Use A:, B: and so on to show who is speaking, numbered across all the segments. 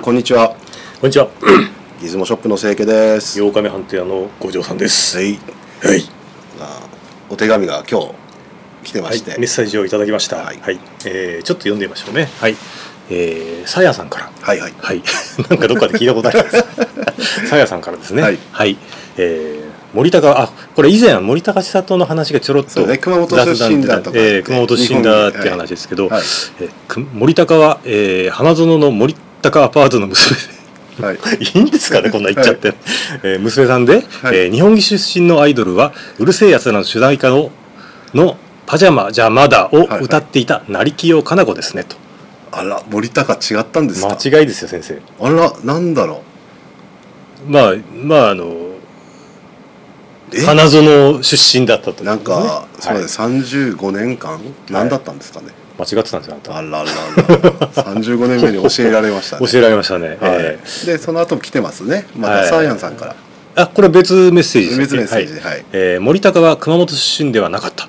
A: こんにちは。
B: こんにちは。
A: ギズモショップの清家です。
B: 八日目判定屋の五条さんです。
A: はい。
B: はい。
A: まあお手紙が今日来てまして、
B: メッセージをいただきました。
A: は
B: はいい。えーちょっと読んでみましょうね。はい。えー、さやさんから。
A: はいはい。
B: はい。 なんかどっかで聞いたことあります。 さやさんからですね。
A: はい
B: えー森高あこれ以前は森高千里の話がちょろっ
A: そう
B: と、
A: ね熊本出身だとか
B: えー熊本出身だって
A: 日本に
B: 話ですけど、
A: はい
B: えーく森高は、えー花園の森高アパートの娘で
A: はい。
B: いいんですかねこんなん言っちゃって、えー娘さんで、
A: はい
B: えー日本着出身のアイドルは「うるせえやつら」の主題歌のの「パジャマじゃまだ」を
A: はい
B: 歌っていた成清かな子ですねと
A: あら森高違ったんですか。
B: 間違いですよ先生
A: あらなんだろ
B: まあまああの
A: う。え
B: 花園出身だったと
A: なんか、そう
B: はい
A: ね三十五年間何だったんですかね。
B: 間違ってたんですよあんた
A: あらあらあら。 三十五年目に教えられましたね。
B: 教えられましたね、
A: はい
B: えー
A: でその後も来てますね。ま
B: は
A: た
B: い
A: サーヤンさんから
B: あこれ別メッセージです
A: 別メッセージで
B: はい
A: はい。
B: えー森高は熊本出身ではなかった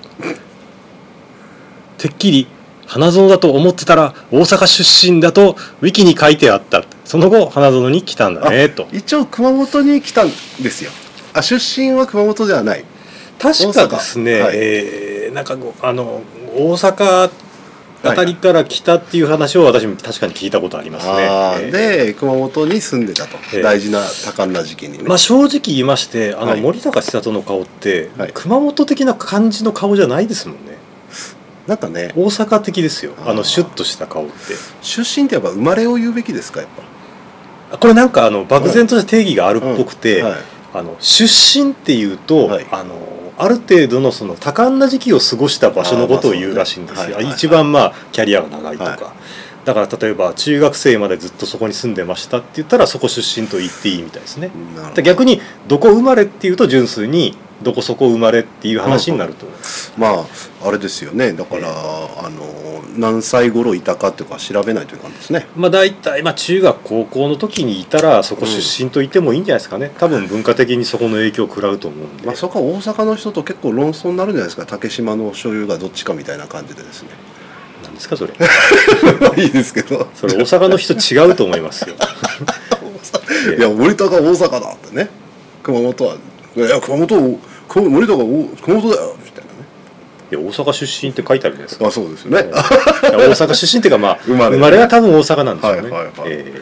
B: てっきり花園だと思ってたら大阪出身だとウィキに書いてあったその後花園に来たんだねと
A: 一応熊本に来たんですよ。あ出身は熊本ではない。
B: 確かですね、
A: 大阪はい
B: えーなんかごあの大阪あたりから来たっていう話を私も確かに聞いたことありますね、
A: あー
B: えー
A: で熊本に住んでたと、
B: ええ
A: 大事な多感な時期にね、
B: まあ、正直言いましてあの
A: はい
B: 森高千里の顔って、
A: はい
B: 熊本的な感じの顔じゃないですもんね
A: なんかね
B: 大阪的ですよあ
A: あー
B: のシュッとした顔って
A: 出身ってやっぱ生まれを言うべきですかやっ
B: これなんかあの漠然とした定義があるっぽくて、
A: ぱ、はい、
B: あの出身っていうと、
A: はい
B: あのある程度のその多感な時期を過ごした場所のことを言うらしいんです
A: あーまあ
B: よ、
A: そうねはい
B: 一番まあキャリアが長いとか、
A: はい
B: だから例えば中学生までずっとそこに住んでましたって言ったらそこ出身と言っていいみたいですね
A: なるほど
B: で逆にどこ生まれっていうと純粋にどこそこ生まれっていう話になると思う、
A: まああれですよねだから、
B: え
A: あの何歳頃いたかっていうか調べないといかんですね
B: まあ、大体まあ中学高校の時にいたらそこ出身と言ってもいいんじゃないですかね、多分文化的にそこの影響を食らうと思うんで、
A: まあそこは大阪の人と結構論争になるんじゃないですか竹島の所有がどっちかみたいな感じでですね
B: なんですかそれ
A: まあいいですけど
B: それ大阪の人違うと思い ますよええ
A: いや森高は大阪だってね熊本はいや熊本を熊森高はお熊本だよみたいなね
B: いや大阪出身って書いてあるじゃないですか
A: あそうですよね、
B: いや大阪出身っていうかまあ
A: 生
B: 生
A: ま
B: ま
A: れ
B: れは多分大阪なんですよね
A: はいはいはい
B: え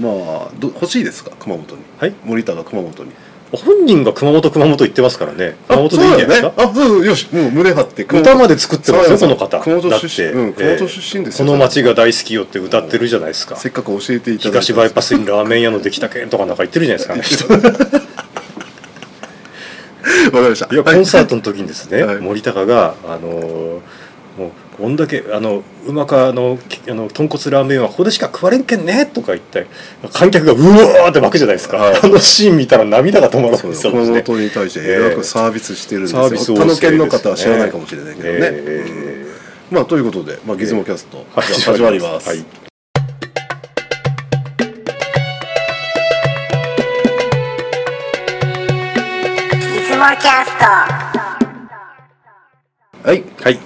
A: まあど欲しいですか熊本に
B: ーはい
A: 森田が熊本に
B: 本人が熊本熊本言ってますからね熊本でいいんじゃないですか
A: あそうだねあそうそうよしもう胸張って
B: 歌まで作ってますよこ
A: そう
B: の
A: なん
B: 方
A: 熊
B: だっ
A: 本
B: て
A: 出身うん熊本出身です
B: こ
A: よ
B: の街が大好きよって歌ってるじゃないですか
A: せっかく教えていただいた
B: 東バイパ
A: ス
B: スにラーメン屋のできたけんとかなんか言ってるじゃないで すか、あの人
A: わかりました
B: いやコンサー
A: ト
B: トの時にですね、
A: はい
B: 森高があのーもうこんだけあのうまかあのきあの豚骨ラーメンはここでしか食われんけんねとか言って観客がうわーって巻くじゃないですか、
A: はい
B: あのシーン見たら涙が止まらない
A: そう
B: ですよ
A: 熊
B: 私ね
A: 本に対してえらくサービスしてるんですよ、
B: サービス旺
A: 他
B: 盛
A: の
B: ですよ
A: 県
B: ね
A: の方は知らないかもしれないけどね、
B: え
A: うん
B: え
A: まあということで、まあ、ギズモキャスト、
B: はい
A: じゃあ始まります、
B: はい
C: いつもキャスト
A: はい
B: はい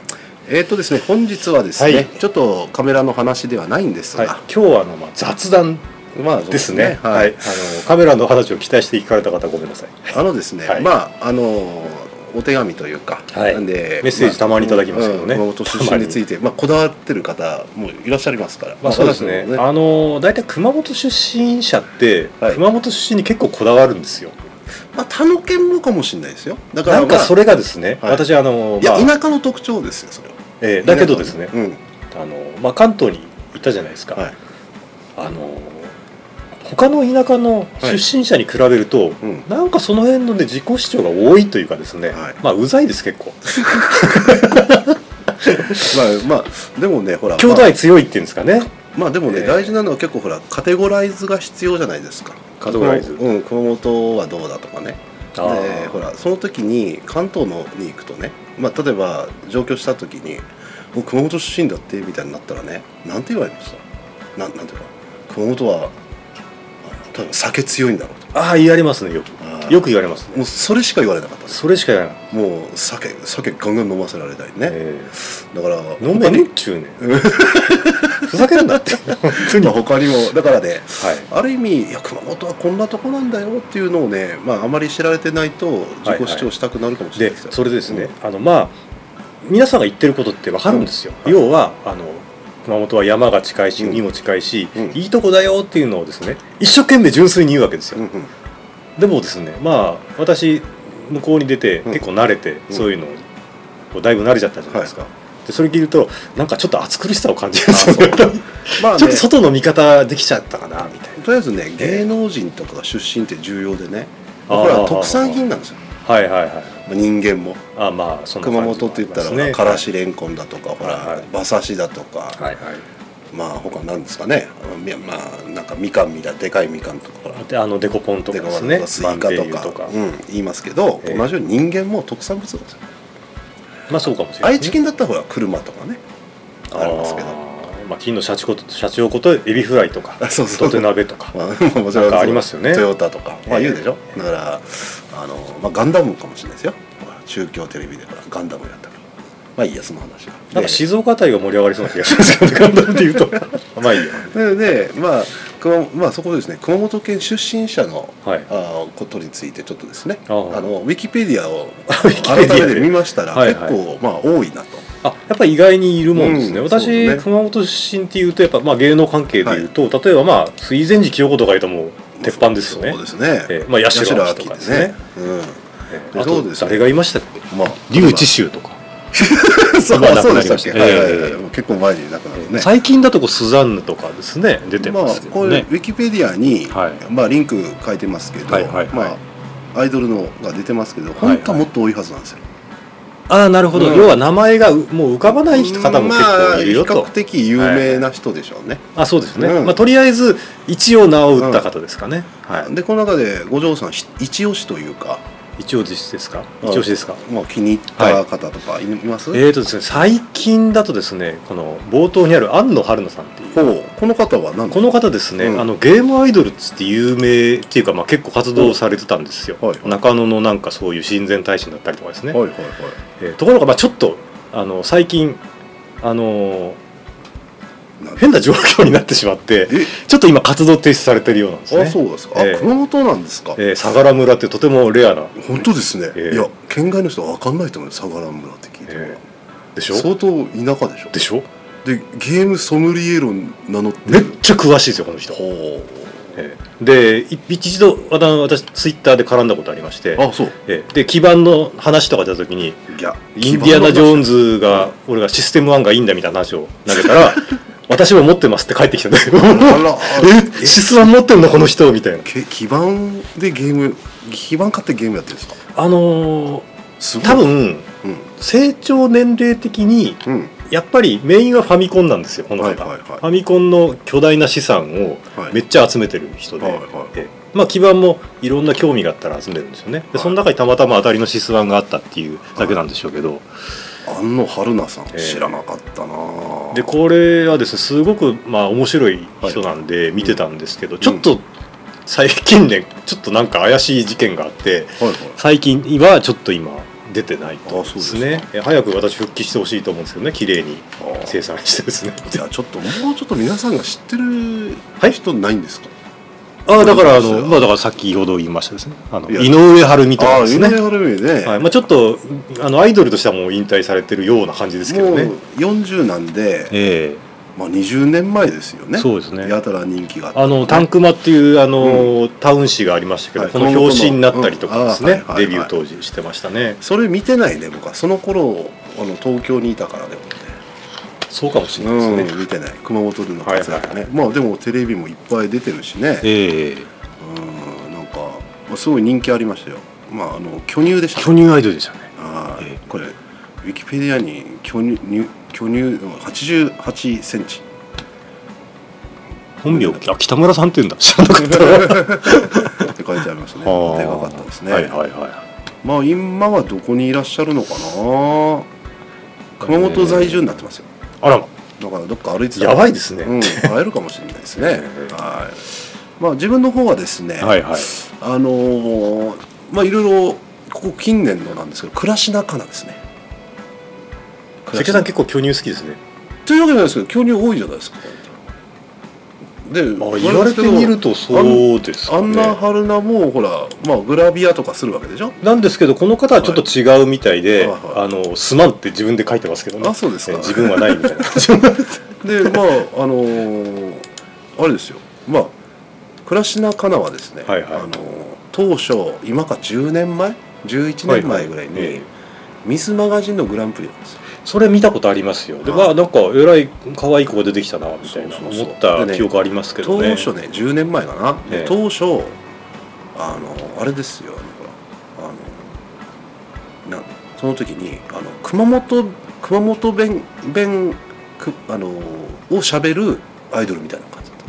A: えっ、とですね本日はですね、
B: はい
A: ちょっとカメラの話ではないんですが、
B: はい、今日はあの、まあ、雑談
A: まあそう
B: ですね
A: は
B: はいい、あのカメラの話を期待して聞かれた方ごめんなさい
A: あのですね、
B: はい
A: まああのお手紙というか、
B: はい
A: なんで
B: メッセージたまにいただきますけどね
A: まあうん熊本出身についてまあこだわってる方もいらっしゃいますから、
B: まあそうですね
A: 私も
B: あの大体熊本出身者って、
A: はい
B: 熊本出身に結構こだわるんですよ
A: まあ他の県もかもしれないですよだから、
B: な
A: まあ、
B: んかそれがですね、
A: はい
B: 私あの、
A: いや、
B: まあ
A: 田舎の特徴ですよそれは
B: えーだけどですね
A: うん
B: あの、まあ、関東にいたじゃないですか、
A: はい
B: あの他の田舎の出身者に比べると、
A: うん
B: なんかその辺のね自己主張が多いというかですね、
A: はい
B: まあうざいです結構
A: まあまあでもねほら
B: 兄弟強いっていうんですかね、
A: まあ、まあでもね、
B: ええ
A: 大事なのは結構ほらカテゴライズが必要じゃないですか
B: カテゴライズ
A: うん熊本はどうだとかね
B: あー
A: でほらその時に関東のに行くとね、まあ、例えば上京した時に「僕熊本出身だって」みたいになったらねなんて言われましたなんなんていうか熊本はあ多分酒強いんだろうと
B: ああ言われますねよく
A: あー
B: よく言われますね
A: もうそれしか言われなかったです
B: それしか言われない、
A: もう酒酒ガンガン飲ませられたりね、
B: え
A: だから
B: ー飲めねっちゅうねんふふざけるなって本当に
A: まあ
B: はい
A: 他にもだからねある意味いや熊本はこんなとこなんだよっていうのをね、まあ、あまり知られてないと自己主張したくなるかもしれない
B: で
A: ですよ、
B: それでですね、あのまあ皆さんが言ってることってわかるんですよ、要はあの熊本は山が近いし
A: うん
B: 海も近いし、
A: うん
B: いいとこだよっていうのをですね一生懸命純粋に言うわけですよ、
A: うんうん
B: でもですねまあ私向こうに出て
A: うん
B: 結構慣れて、
A: うん
B: そういうのをこうだいぶ慣れちゃったじゃないですか、でそれ聞いるとなんかちょっと暑苦しさを感じるんですよね
A: まあね
B: ちょっと外の見方できちゃったかなみたいな
A: とりあえずね芸能人とかが出身って重要でね
B: あー
A: これは特産品なんですよ
B: はいはいはい
A: まあ人間も
B: あまあそんな
A: 熊
B: 感じ
A: 本って言ったら、
B: もありますね
A: からしれんこんだとかほら、
B: はいはい
A: 馬刺しだとか、
B: はいはい
A: まあ他なんですかねあのみまあなんかみかんみたいでかいみかんとかほら
B: であのデコポンとか
A: で
B: で
A: か
B: す
A: い
B: ね
A: とかスイカと
B: バンテリ
A: か
B: ーとか、
A: うん、言いますけど、
B: ええ
A: 同じように人間も特産物なんですよ
B: まあそうかもしれない
A: 愛
B: です
A: 知
B: ね、
A: 県だったらほら車とかねありますけど
B: あーまあ、金のシャチコとシャチホコとエビフライとか
A: あそうそう
B: 土手鍋とか
A: まあ、 もちろ
B: なんんかありますよね
A: トヨタとか、まあ、
B: ええ
A: 言うでしょ、だからあの、まあ、ガンダムかもしれないですよほら中京テレビでほらガンダムやったからまあいいやその話は
B: なん
A: で
B: か静岡あたりが盛り上がりそうな気がしますけど簡単で言う とまあいいや
A: なので、まあ熊まあ、そこでですね熊本県出身者の
B: はい
A: あーことについてちょっとですねあ
B: あー
A: のウィキペディア を
B: ィペディアで
A: 改めて見ましたら
B: はい
A: 結
B: はい
A: 構、まあ、多いなと。
B: あやっぱり意外にいるもんですね、
A: うん
B: 私
A: そうですね
B: 熊本出身っていうとやっぱまあ芸能関係でいうと、例えばまあ水前寺清子とかいうともう鉄板ですよね
A: そうですね。
B: ええまあ八代亜紀と
A: 八代亜
B: かで
A: 紀
B: すね
A: うん。そ
B: あと
A: うですね
B: 誰がいましたっけ
A: まあ、
B: 竜智秀とか、
A: そう
B: まあ
A: そうでしたっけ、
B: 亡くなりましたね
A: はいはいはいもう結構前に亡くなるね。
B: 最近だとこうスザンヌとかですね出て
A: まあ
B: ますけ
A: こ
B: ど
A: れウ
B: ね、
A: ィキペディアに、
B: はい
A: まあリンク書いてますけど、
B: はいはいはい
A: まあアイドルのが出てますけど、
B: はい
A: 本当はもっと多いはずなんですよ。
B: ああなるほど、
A: うん
B: 要は名前がうもう浮かばない人方も結
A: まあ
B: 構いる
A: 比
B: よと、
A: 較的有名な人でしょうね。
B: あ、そうですね、
A: うん
B: まあとりあえず一応名を打った方ですかね、はい
A: でこの中で五条さんひ一押しというか、
B: 一応実ですか
A: うん
B: 一応ですか、
A: まあ気に入った方とかいます？
B: えーとですね最近だとですねこの冒頭にある庵野春菜さんっていう
A: ほうこの方は何
B: この方ですね、
A: うん
B: あのゲームアイドルっつって有名っていうか、まあ、結構活動されてたんですよ、
A: うんはい
B: 中野のなんかそういう親善大使だったりとかですね、
A: はいはいはい。
B: えーところがまあちょっとあの最近あのー
A: なん
B: 変な状況になってしまって
A: え
B: ちょっと今活動停止されてるようなんですね
A: あそうですか。あ、
B: ええ
A: 熊本なんですか。
B: えー、相良村ってとてもレアな
A: 本当ですね、
B: ええ
A: いや県外の人は分かんないと思うよ相良村って聞いても、
B: えでしょ
A: 相当田舎でしょ
B: でしょ
A: でゲームソムリエ論名乗って
B: めっ
A: る
B: ちゃ詳しいですよこの人、
A: ほ
B: ええでい一度あの私ツイッターで絡んだことありまして
A: うあそう
B: ええで基盤の話とか出た時に
A: いや
B: インディアナ・ジョーン
A: ズ
B: ズが俺がシステム1がいいんだみたいな話を投げた ら私も持ってますって返ってきたんで
A: あら
B: えシス1持ってんのこの人みたいな
A: け基盤でゲーム基盤買ってゲームやってるんですか
B: あのー
A: すごい
B: 多分
A: うん
B: 成長年齢的に
A: うん
B: やっぱりメインはファミコンなんですよこの方、
A: はいはいはい
B: ファミコンの巨大な資産を
A: はい
B: めっちゃ集めてる人で、
A: はいはい
B: えまあ基盤もいろんな興味があったら集めるんですよね、
A: はい
B: でその中にたまたま当たりのシスワンがあったっていうだけなんでしょうけど、
A: 安野春菜さん
B: ええ
A: 知らなかったなぁ
B: でこれはですねすごくまあ面白い人なんで見てたんですけど、ちょっと最近ねちょっとなんか怪しい事件があって
A: はい
B: 最近はちょっと今出てないと
A: あそう
B: で
A: です
B: す
A: か
B: ねえ早く私復帰してほしいと思うんですけどね綺麗に
A: はいあー
B: 生産してですね
A: いやちょっともうちょっと皆さんが知ってる人ないんですか、
B: ああだからあ
A: そうです
B: の、
A: よ
B: まあ、だから先ほど言いましたですねあの
A: いや
B: 井上晴美と
A: あ
B: か
A: あ
B: です
A: 井
B: ね、
A: 上晴美ね、
B: はいまあ、ちょっとあのアイドルとしてはもう引退されてるような感じですけど
A: もう
B: ね
A: 40なんで、
B: ええ
A: まあ、20年前ですよね
B: そうですね
A: やたら人気があった
B: あの「タンクマ」っていうあの、タウン誌がありましたけど、
A: はい
B: この表紙になったりとかですね、
A: うんあーはいはいはい
B: デビュー当時してましたね
A: それ見てないね僕はその頃あの東京にいたからでもね
B: そうかもしれないですね、
A: うん見てない熊本での活躍ね、
B: はい
A: まあでもテレビもいっぱい出てるしね
B: ええ
A: うんなんか、まあ、すごい人気ありましたよまああの巨乳でした
B: 巨乳アイドルでしたね
A: ああ
B: え
A: これウィキペディアに巨乳乳巨乳88センチ
B: 本名あ北村さんって言うんだ 知らなかった
A: って書いてあり ましたね
B: あー
A: でかかったですね、
B: はいはいはい
A: まあ今はどこにいらっしゃるのかな熊本在住になってますよ
B: あらま
A: だからどっか歩いてたら
B: やばいですね、
A: うん、会えるかもしれないですね
B: え。え
A: はい。まあ自分の方はですね、
B: はいはい
A: あのーまあいろいろここ近年のなんですけど、倉科かなですね。
B: 関さん結構巨乳好きですね
A: というわけじゃないですけど、巨乳多いじゃないですか。で
B: あ言われてみるとそうです
A: あ
B: か
A: ん
B: ね
A: な春菜もほら、まあ、グラビアとかするわけでしょ
B: なんですけどこの方はちょっと違うみたい
A: は
B: で、
A: いはい
B: あのすまんって自分で書いてますけどね
A: あそうですか
B: え自分はないみたいな は
A: でまああのーあれですよまあ倉科香菜はですね、
B: はいは
A: あ
B: い
A: のー当初今か10年前11年前ぐらいに、
B: ええ
A: ミスマガジンのグランプリなんですよ
B: それ見たことありますよで
A: はい
B: わあなんかえらい可愛い子が出てきたなみたいな
A: そうそうそう
B: 思った記憶ありますけど
A: 当
B: ね
A: 初ね10年前かな、
B: え
A: で
B: え
A: 当初あのーあれですよあのほらあのなその時にあの熊本熊本弁弁くあのーを喋るアイドルみたいな感じだっ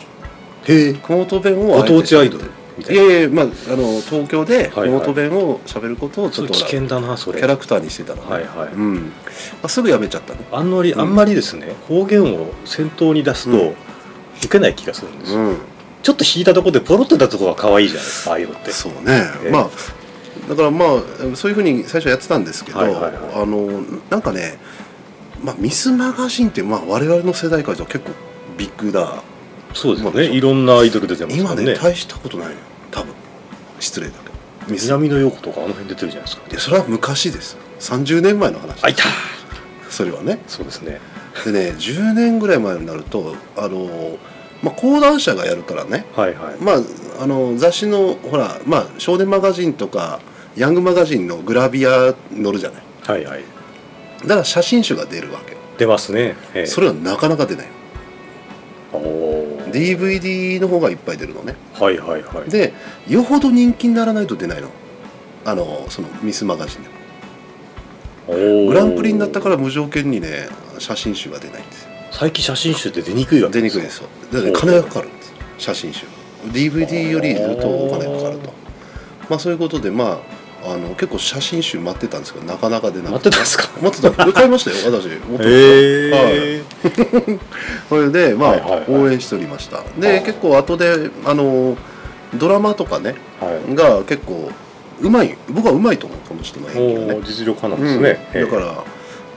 A: た
B: へえ
A: 熊本弁をあえ
B: ご
A: て
B: 当地アイドルみたい
A: い
B: な
A: やいやいやまああの東京で
B: はいは
A: 熊
B: い
A: 本弁を喋ることをち
B: そ
A: ょっ
B: れ
A: と
B: 危
A: ほらキ
B: 険だなそれ
A: ャラクターにしてたの、
B: はいはい
A: うんまあ、すぐやめちゃったね
B: あんまり、
A: うん
B: あんまりですね方言を先頭に出すと、
A: う
B: 受けない気がするんですよ、
A: ん
B: ちょっと引いたところでポロって出たところが可愛いじゃないですかああいうのって
A: そうね、
B: ええ
A: まあだからまあそういうふうに最初やってたんですけど、
B: はいはいは
A: あのなんかね、まあ、ミスマガジンってまあ我々の世代からじゃ結構ビッグだ
B: そうですよ
A: まあ
B: ねいろんなアイドル出てますか
A: 今
B: ら
A: ね
B: ね
A: 大したことないのよ多分失礼だけどミス
B: 南野陽子とかあの辺出てるじゃないですか
A: いやそれは昔です30年前の話です
B: あいた
A: それはね
B: そうですね
A: でね10年ぐらい前になるとあの、まあ、講談社がやるからね、
B: はいはい
A: まあ、あの雑誌のほら、まあ、少年マガジンとかヤングマガジンのグラビア載るじゃない
B: はいはい
A: だから写真集が出るわけ、
B: 出ますね、ええ
A: それはなかなか出ない
B: おー
A: DVD の方がいっぱい出るのね
B: はいはいはい
A: でよほど人気にならないと出ないのあのそのミスマガジンでも
B: おー
A: グランプリになったから無条件にね写真集が出ないんですよ
B: 最近写真集って出にくいわけ
A: 出にくい
B: か
A: ですよだから金がかかるんです写真集 DVD よりずっとお金がかかるとまあそういうことでまああの結構写真集待ってたんですけどなかなか出な
B: 待っ
A: くて
B: てたん ですか
A: 待ってた買いましたよ私持ってました
B: へえ
A: それでまあ、
B: はいはいはい
A: 応援しておりました
B: あ
A: で
B: ー
A: 結構後であのドラマとかね
B: はい、
A: が結構うまい僕はうまいと思うこの人の演技が
B: お
A: ね
B: ー実力派なんです
A: うん、
B: ね、ええ
A: だから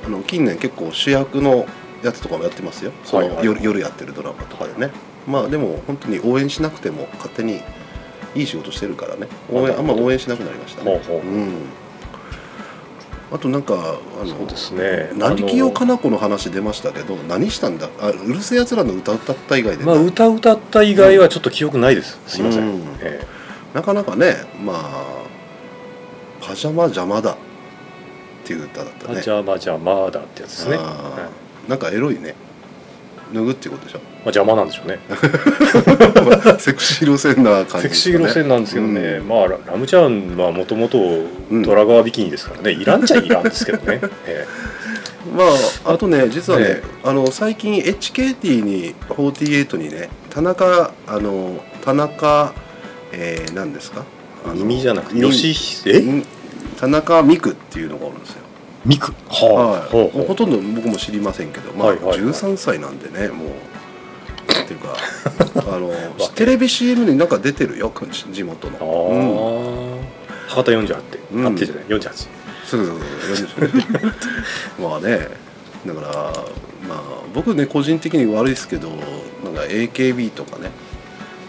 A: あの近年結構主役のやつとかもやってますよその、
B: はいはい
A: 夜夜やってるドラマとかでね、まあでも本当に応援しなくても勝手にいい仕事してるからね応援あんま応援しなくなりました
B: ほう
A: ね
B: ほう
A: うんあとなんかあの
B: そうですね
A: 成
B: あ
A: 清
B: の
A: かな子の話出ましたけど何したんだあうるせえやつらの歌歌った以外で、
B: まあ歌歌った以外はちょっと記憶ないです、すいません、
A: うん
B: ええ
A: なかなかねまあ「パジャマ邪魔だ」っていう歌だったね
B: まあじゃあまあじゃあまあだってやつですね、は
A: あ
B: いま
A: ーなんかエロいね脱ぐっていうことでしょ
B: あ、邪魔なんでしょうね
A: セクシー路線な感じ
B: セ
A: で
B: ク
A: す
B: シ
A: か
B: ー
A: ね
B: 路線なんですけどね、
A: う
B: まあララムちゃんはもともとドラ川ビキニですからね、いらんちゃいらんですけど ね、え
A: まああとね実はね
B: ね
A: あの最近 HKT に48にね田中あの田中えー、何ですかあ
B: え、
A: の
B: 耳じゃなくて
A: 耳
B: 吉え
A: ん田中美久っていうのがおるんですよ
B: ミクは
A: はい
B: ほう
A: もう
B: ほ
A: ほ
B: う
A: とんど僕も知りませんけど、まあ
B: はいはいはい
A: 13歳なんでねもうっていう かあのテレビ CM になんか出てるよ地元の
B: あ
A: うん
B: ー博多48って、
A: うん
B: あってじゃない48
A: そうそうそう40 まあねだからまあ僕ね個人的に悪いですけどなんか AKB とかね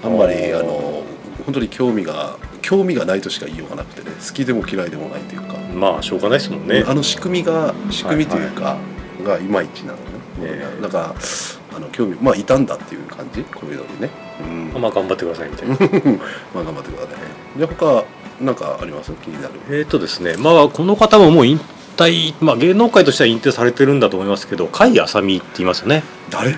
A: あんまり
B: あー
A: あの本当に興味が興味がないとしか言いようがなくてね好きでも嫌いでもないというか、
B: まあしょうがないですもんね
A: あの仕組みが仕組みというか、がいまいちなのね、
B: ええ
A: だからあの興味まあいたんだっていう感じこういうのにね、うんま
B: まあ頑張ってくださいみたいな
A: あ頑張ってくださいじゃあ他なんかあります気になる
B: えーとですね、まあこの方ももう引退、まあ芸能界としては引退されてるんだと思いますけど、甲斐あさみって言いますよね。
A: 誰、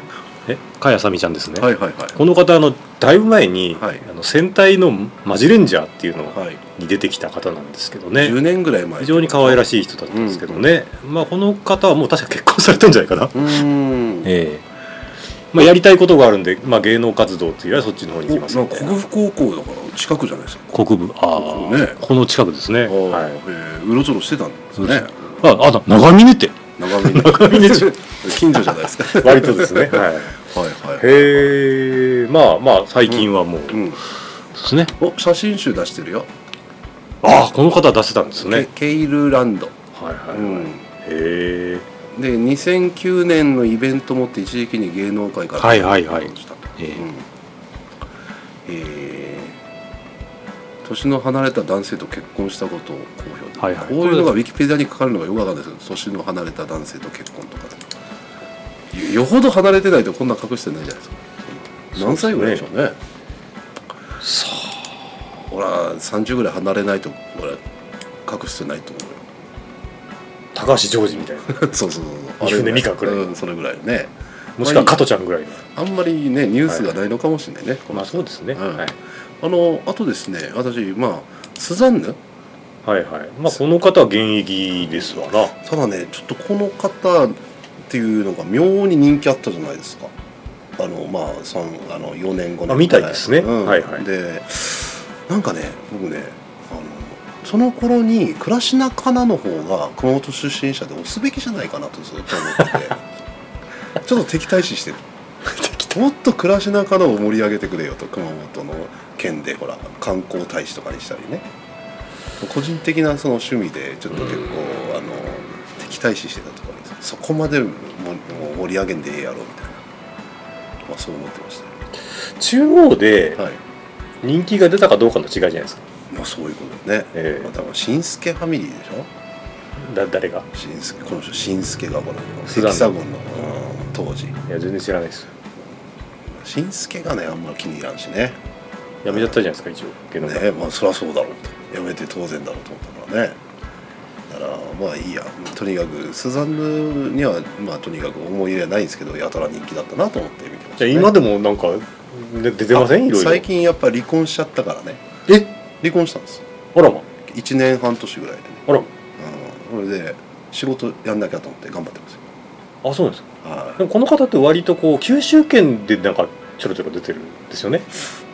B: え、甲斐あさみちゃんですね。
A: はいはいは
B: この方あのだいぶ前に、
A: はい
B: あの戦隊のマジレンジャーっていうの
A: い、はい、
B: に出てきた方なんですけど
A: 10
B: ね。
A: 年ぐらい前
B: 非常に可愛ら
A: い
B: しい人だったんですけどね。まあこの方はもう確か結婚されたんじゃないかな。
A: うーん
B: ええまあやりたいことがあるんで、まあ芸能活動っていうよりはそっちの方に行きます
A: おな
B: よ
A: ん
B: ね
A: か国府高校だから近くじゃないですか
B: 国部、ああ、
A: 国部ね
B: この近くですね。
A: あー、
B: はい。
A: えーうろちょろしてたんですね
B: あ、あだ、長峰 って。
A: 長峰
B: 長峰町
A: 近所じゃないですかはい
B: 割とですね。 はい。
A: はいはい
B: へえまあまあ最近はもう
A: うん、
B: ですね、
A: お写真集出してるよ、
B: ああこの方は出せたんですね
A: ケケイルランド
B: はいはいはい、
A: うん
B: へえ
A: で2009年のイベントもって一時期に芸能界から
B: はいはいはい
A: したと
B: ええ
A: うんえー年の離れた男性と結婚したことを公表で、
B: はいはい
A: こういうのがウィキペディアに書かれるのがよくわかんないですよ年の離れた男性と結婚とかでよよほど離れてないとこんな隠してないじゃないですか何歳ぐらいでしょうね
B: さ
A: ほら30ぐらい離れないと俺隠してないと思うよ
B: あ高橋ジョージみたい な
A: そうそうそうそう
B: 三船美佳くらい
A: うん、それぐらいね
B: もしくは加トちゃんぐらいの
A: あんまりねニュースがないのかもしれないね、この
B: まあそうですね、
A: うん
B: はい、
A: あのあとですね私まあスザンヌ
B: はいはいまあこの方は現役ですわな
A: ただねちょっとこの方っていうのが妙に人気あったじゃないですかあのまあ三あの4年後
B: あみたいですねはいはい
A: でなんかね僕ねあのその頃に倉科香菜の方が熊本出身者で押すべきじゃないかなとずっと 思っててちょっと敵対視してるもっと倉科香菜を盛り上げてくれよと熊本の県でほら観光大使とかにしたりね個人的なその趣味でちょっと結構あの敵対視してたところですそこまでももう盛り上げんでええやろみたいな、まあ、そう思ってまし
B: 中央で
A: た、はい
B: 人気が出たかどうかの違いじゃないですか、
A: まあそういうことね、
B: え
A: まあ、多分しんすけファミリーでしょ
B: えだ誰が
A: しんすけこの人しんすけがこのヘ
B: スザンヌ
A: キサゴンの、うん当時
B: いや全然知らないです
A: しんすけがねあんま気に入らんしね
B: やめちゃったじゃないですか一応芸能界
A: ねまあそりゃそうだろうとやめて当然だろうと思ったからねだからまあいいやとにかくスザンヌにはまあとにかく思い入れはないんですけどやたら人気だったなと思って見てました、
B: じゃあ
A: ね、
B: 今でもなんか、ね、出てませんいろいろ
A: 最近やっぱ離婚しちゃったからね
B: え
A: 離婚したんですよ
B: あらま
A: 1年半年ぐらいでね、
B: あら
A: うん、それで仕事やんなきゃと思って頑張ってますよ
B: あそうなんですか
A: は
B: でもこの方って割とこう九州圏でなんかちょろちょろ出てるんですよね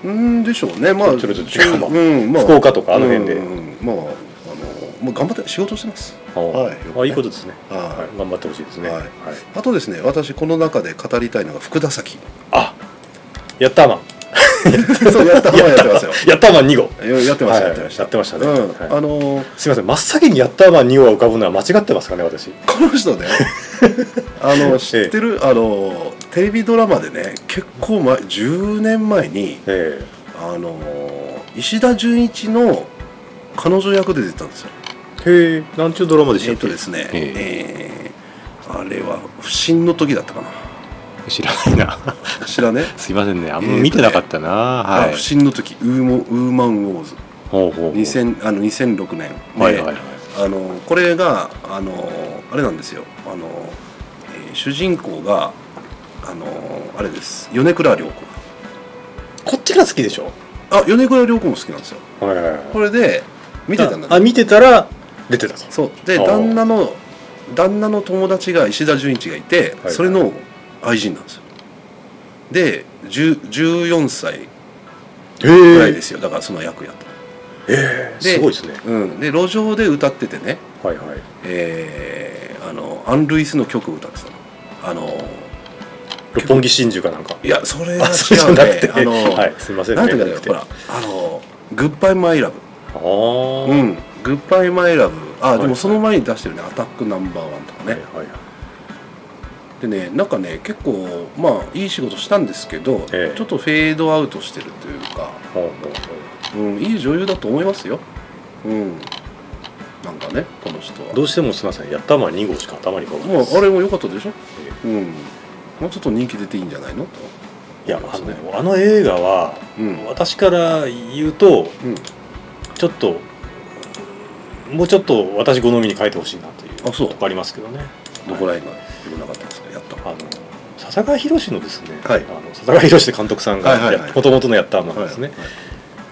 A: いうんでしょうねまあ
B: ちょっと違うわ
A: うんまあ、
B: 福岡とかあの辺で
A: うんまああのもう頑張って仕事してます
B: あ、
A: はい
B: あいいことですね、
A: はい
B: はい、頑張ってほしいですね、
A: はい
B: はい
A: あとですね私この中で語りたいのが福田咲
B: あやったーマン
A: そうやったまあやってますよ
B: やったーマン2号
A: ややってました、
B: はい
A: やってました
B: やってましたね
A: うん
B: はい
A: あのー
B: すいません真っ先にやったーマン2号が浮かぶのは間違ってますかね私
A: この人 ねあの知ってる、あのーテレビドラマでね結構前10年前に
B: え
A: あのー石田純一の彼女役で出てたんですよ
B: えへえなんちゅうドラマでし
A: え
B: た
A: っ
B: っけ
A: とですね、
B: え
A: えーあれは不審の時だったかな
B: 知らないな
A: 知らね、
B: すいませんねあん
A: えー
B: ま
A: とね
B: 見てなかったな、は
A: あ
B: い
A: 不審の時ウーモウーマンウォーズ
B: ほうほうほう
A: 2000あの2006年で、
B: はいはいはい
A: あのこれがあのあれなんですよあの、えー主人公があのあれです米倉涼子
B: こっちが好きでしょ
A: あ米倉涼子も好きなんですよ
B: はいはいはい
A: これで見てたんだ
B: あ見てたら出てたと
A: そうで
B: あー
A: 旦那の旦那の友達が石田純一がいて、
B: はい
A: それの愛人なんですよで10 14歳ぐらい
B: へ
A: ですよ、だからその役やと、
B: え
A: です
B: ごいですね
A: うん、で路上で歌っててね
B: はいはい
A: えーあのアン・ルイスの曲を歌ってたのあの
B: 六本木真珠かなんか
A: いやそれは
B: あそれ
A: 違
B: じゃ
A: う
B: なく
A: ね
B: て
A: あの、
B: はいすいませんね
A: なんていう
B: な
A: か
B: く
A: ねほらあの「グッバイ・マイ・ラブ」
B: あー
A: う
B: はい
A: ん「グッバイ・マイ・ラブ」あで
B: は
A: も
B: い
A: その前に出してるね「アタックナンバーワン」とかね、
B: はいはい
A: でねなんかね結構まあいい仕事したんですけど、
B: ええ
A: ちょっとフェードアウトしてるというか、
B: ほうほうほ
A: うん、いい女優だと思いますようんなんかねこの人は
B: うどうしてもすいませんやったま2号しか頭に浮かばない
A: も
B: で
A: う
B: す
A: あれも良かったでしょ、う
B: え
A: んもうちょっと人気出ていいんじゃないのと
B: いやあのあの映画は
A: うん
B: 私から言うと
A: うん
B: ちょっともうちょっと私好みに変えてほしいなという
A: あそう
B: とこありますけどね
A: どこら辺が良くなかったんですかやった
B: あの笹川宏のですね、
A: はい
B: あの笹川宏って監督さん
A: はいはい
B: が
A: はい
B: もともとのやったもの
A: は
B: ですね、
A: い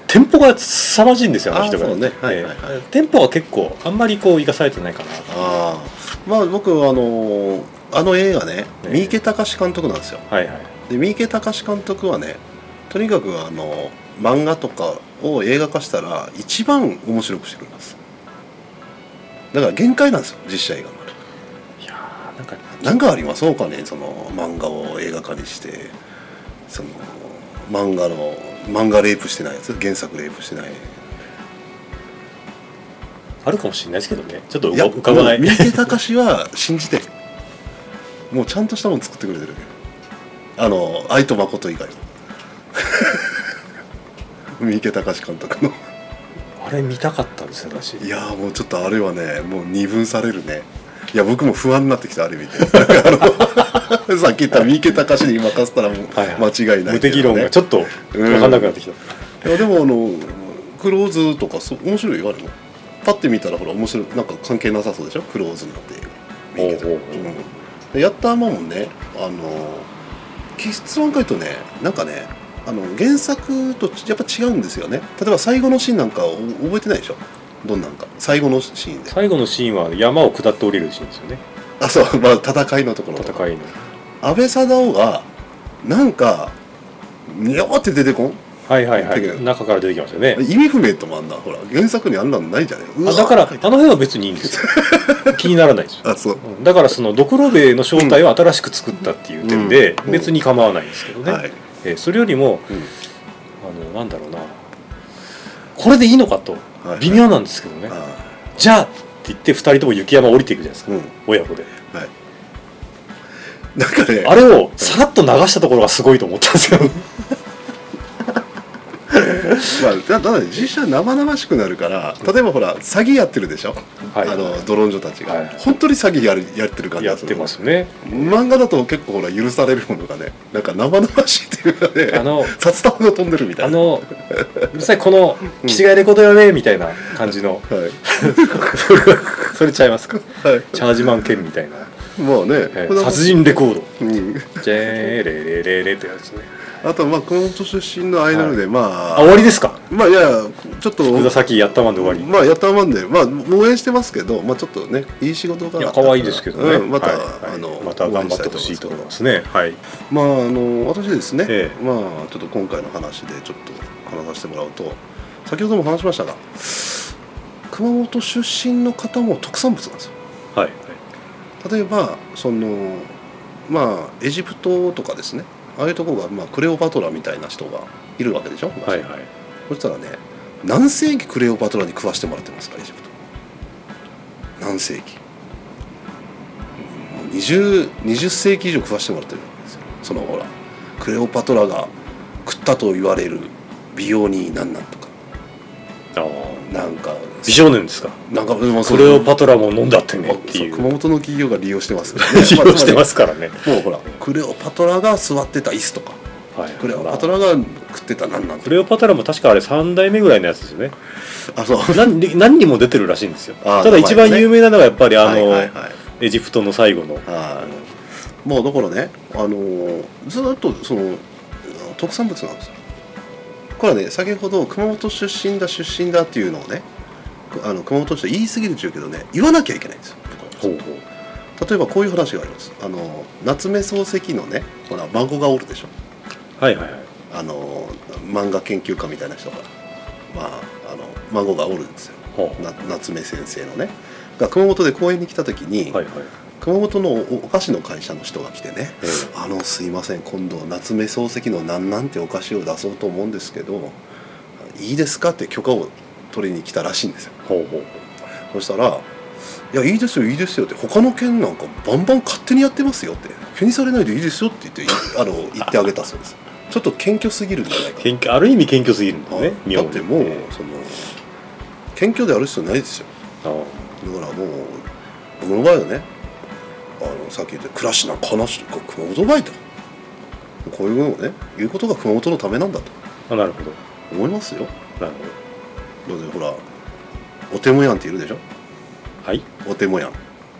B: テンポが凄まじいんですよあの人が
A: あそうねはい
B: えー
A: はいはい
B: テンポは結構あんまりこう生かされてないかな
A: ああまあ僕はあのーあの映画ね
B: ええ
A: 三池隆監督なんですよ
B: はいはい
A: で三池隆監督はねとにかくあの漫画とかを映画化したら一番面白くしてくれますだから限界なんですよ実写映画まで
B: いやーなんか
A: 何かあります他にその漫画を映画化にしてその漫画の漫画レイプしてないやつ原作レイプしてない
B: あるかもしれないですけどねちょっと
A: い
B: 浮
A: や
B: か浮かばない
A: もう三池隆は信じてるもうちゃんとしたもの作ってくれてるあの愛と誠以外は 三池隆監督の
B: あれ見たかったんですよ私
A: いやーもうちょっとあれはねもう二分されるねいや僕も不安にな ってきたあれ見てあのさっき言った三池隆に任せたらもう
B: はいはい
A: 間違いない
B: 無
A: けどね、
B: 敵論がちょっと分かんなくなってきた、
A: いやでもあのクローズとかそう面白いよあれもパッて見たらほら面白いなんか関係なさそうでしょクローズなんて
B: おうおうおう
A: うんでやったまもねあの結論から言うとねなんかねあの原作とやっぱ違うんですよね例えば最後のシーンなんかお覚えてないでしょどんなんか最後のシーンで
B: 最後のシーンは山を下って降りるシーンですよね
A: あそうまあ戦いのところとか
B: 戦いの
A: 安倍貞夫がなんかにょーって出てこん
B: はいはいは
A: だけど
B: い中から出てきましたよね
A: 意味不明ともあんなほら原作にあんなんないじゃない
B: あだからあの辺は別にいいんです よ気にならないですよ
A: あそう
B: うんだからそのドクロベイの正体を新しく作ったっていう点で
A: うんうん
B: 別に構わないんですけどね、
A: はい
B: えーそれよりも
A: うん
B: あのなんだろうなこれでいいのかと
A: いはい
B: 微妙なんですけどね、
A: あ
B: じゃあって言って2人とも雪山降りていくじゃないです
A: ー
B: か、
A: うん
B: 親子で
A: はいなんかね
B: あれをさらっと流したところがすごいと思った んですよ
A: まあ、だだって実写生々しくなるから例えばほら詐欺やってるでしょ、
B: はい
A: あのドロンジョたちが、
B: はい
A: 本当に詐欺やるやってる感じ
B: や
A: が
B: っ
A: する
B: てますね
A: 漫画だと結構ほら許されるものがねなんか生々しいっていうかね
B: あ の
A: 札束が飛んでるみた
B: あ
A: いな
B: のうるさいこの「気違いレコードやね」みたいな感じ の
A: はい
B: それちゃいますか
A: はい
B: チャージマン剣みたいな、
A: まあね、
B: えー
A: これは
B: 殺人レコード
A: うん、
B: ジェーレレレレってやつね
A: あとまあこの年出身のアイドルで、まあ
B: あ終わりですか
A: まあいやいやちょっと
B: 福田咲やったまんで終わり
A: まあやったまんでまあ応援してますけどまあちょっとねいい仕事が
B: いや可愛いですけどね、
A: うんまた、
B: はいはい
A: あの
B: また頑張ってほしいと思いますねはい
A: まああの私ですね、
B: ええ
A: まあちょっと今回の話でちょっと話させてもらうと先ほども話しましたが熊本出身の方も特産物なんですよ
B: はい
A: 例えばそのまあエジプトとかですねああいうとこが、まあ、クレオパトラみたいな人がいるわけでしょ、
B: はいはいはい
A: そしたらね何世紀クレオパトラに食わしてもらってますからエジプト何世紀もう 20, 20世紀以上食わしてもらってるわけですよそのほらクレオパトラが食ったと言われる美容になんなんとか
B: あー
A: なんか
B: 美少年ですか
A: なんかもうそ
B: こ
A: れ
B: れを
A: を
B: パトラも飲んだってねっていう
A: 熊 本の企業が利用してますよね
B: 使用してますすからね
A: もう ほらクレオパトラが座ってた椅子とか
B: はい
A: クレオパトラが食ってたなんなんと
B: ク
A: か
B: レオパトラも確かあれ3代目ぐらいのやつですよね
A: あそう
B: 何に何にも出てるらしいんですよ
A: あー
B: ただ一番有名なのがやっぱりあの、
A: はいはいはい
B: エジプトの最後の
A: はい、もうだからね、あのーずっとその特産物なんですよこれはね先ほど熊本出身だ出身だっていうのをねあの熊本市で言い過ぎるっちゅうけどね言わなきゃいけないんですよ
B: ほうほう
A: 例えばこういう話がありますあの夏目漱石のねほら孫がおるでしょ
B: はいはいはい
A: あの漫画研究家みたいな人がまああの孫がおるんですよ
B: ほう
A: な夏目先生のねが熊本で講演に来た時に、
B: はいはい
A: 熊本のおお菓子の会社の人が来てね
B: え
A: 「あのすいません今度夏目漱石のなんなんてお菓子を出そうと思うんですけどいいですか?」って許可を取りに来たらしいんですよ
B: ほうほう
A: そしたら「いやいいですよいいですよ」って他の県なんかバンバン勝手にやってますよって気にされないでいいですよって言っていあの言ってあげたそうですちょっと謙虚すぎるんじゃないか
B: 謙虚ある意味謙虚すぎるんだ
A: な、
B: ね
A: だってもうその謙虚である必要ないですよ
B: あー
A: だからもう僕の場合はねあのさっき言った暮らしなんか話とか熊本バイトこういうのをね言うことが熊本のためなんだと
B: あなるほど
A: 思いますよ
B: なるほど
A: だってほらおてもやんっているでしょ
B: はい
A: おてもやん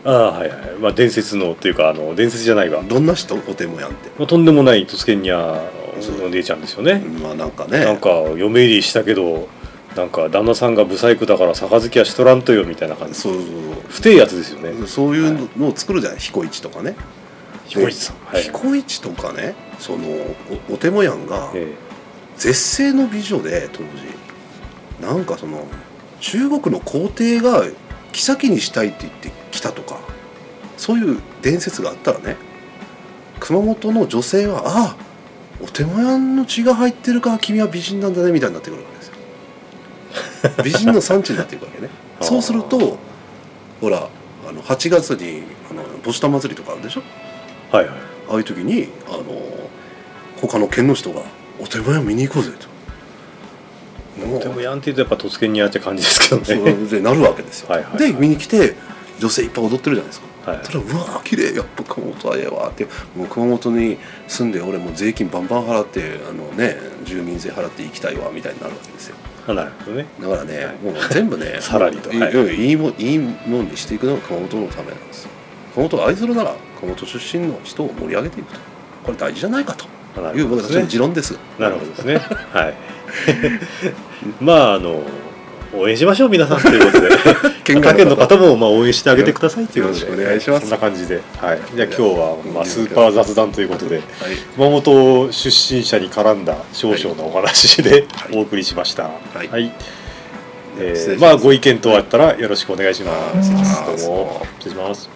B: ああはいはい、まあ、伝説のっていうかあの伝説じゃないわ、ま
A: どんな人おてもやんって
B: あ、とんでもないトスケニア
A: そう
B: の姉ちゃんですよね、
A: まあなんかね
B: なんか嫁入りしたけどなんか旦那さんが不細工だから杯はしとらんとよみたいな感じ
A: そうそう
B: 不定やつですよね
A: そうそういうのを作るじゃない、彦一とかね
B: 彦一さんはい
A: 彦一とかねそのおおてもやんが、
B: え
A: 絶世の美女で当時なんかその中国の皇帝が妃にしたいって言ってきたとかそういう伝説があったらね熊本の女性は「ああお手前の血が入ってるから君は美人なんだね」みたいになってくるわけ ですよ美人の産地になっていくわけね
B: あー
A: そうするとほらあの8月にあのボスタ祭りとかあるでしょ
B: えはいはい
A: ああいう時にあの他の県の人が「お手前を見に行こうぜ」ともう
B: でもヤンティーとやっぱ突然にやっちゃ感じですけど
A: そ
B: ね
A: うでなるわけですよ
B: はいはいはい
A: で見に来て女性いっぱい踊ってるじゃないですか、
B: はい
A: ただうわー綺麗やっぱ熊本はええわってもう熊本に住んで俺もう税金バンバン払ってあのね住民税払って行きたいわみたいになるわけですよ
B: あなるほどね
A: だからね、
B: はい
A: もう全部ね
B: さらにと
A: いい
B: はい
A: うんいいもいいもんにしていくのが熊本のためなんですよ熊本を愛するなら熊本出身の人を盛り上げていくとこれ大事じゃないかと
B: あな
A: いう
B: るほ
A: 僕
B: ど
A: た
B: で
A: ちの持
B: すね
A: 論です
B: なるほどですねはい まああの応援しましょう皆さんということで
A: 県
B: 他県の方もまあ応援してあげてくださいということで
A: よろしくお願いします
B: そんな感じで、はい、じゃあ今日は、まあ、スーパー雑談ということで
A: はい
B: 熊本出身者に絡んだ少々のお話で
A: はい
B: お送りしました。はいえ
A: 失礼
B: ー
A: します
B: まあご意見等あったらよろしくお願いします。
A: 失礼します
B: どうも失礼します。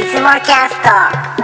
C: いつもキャスト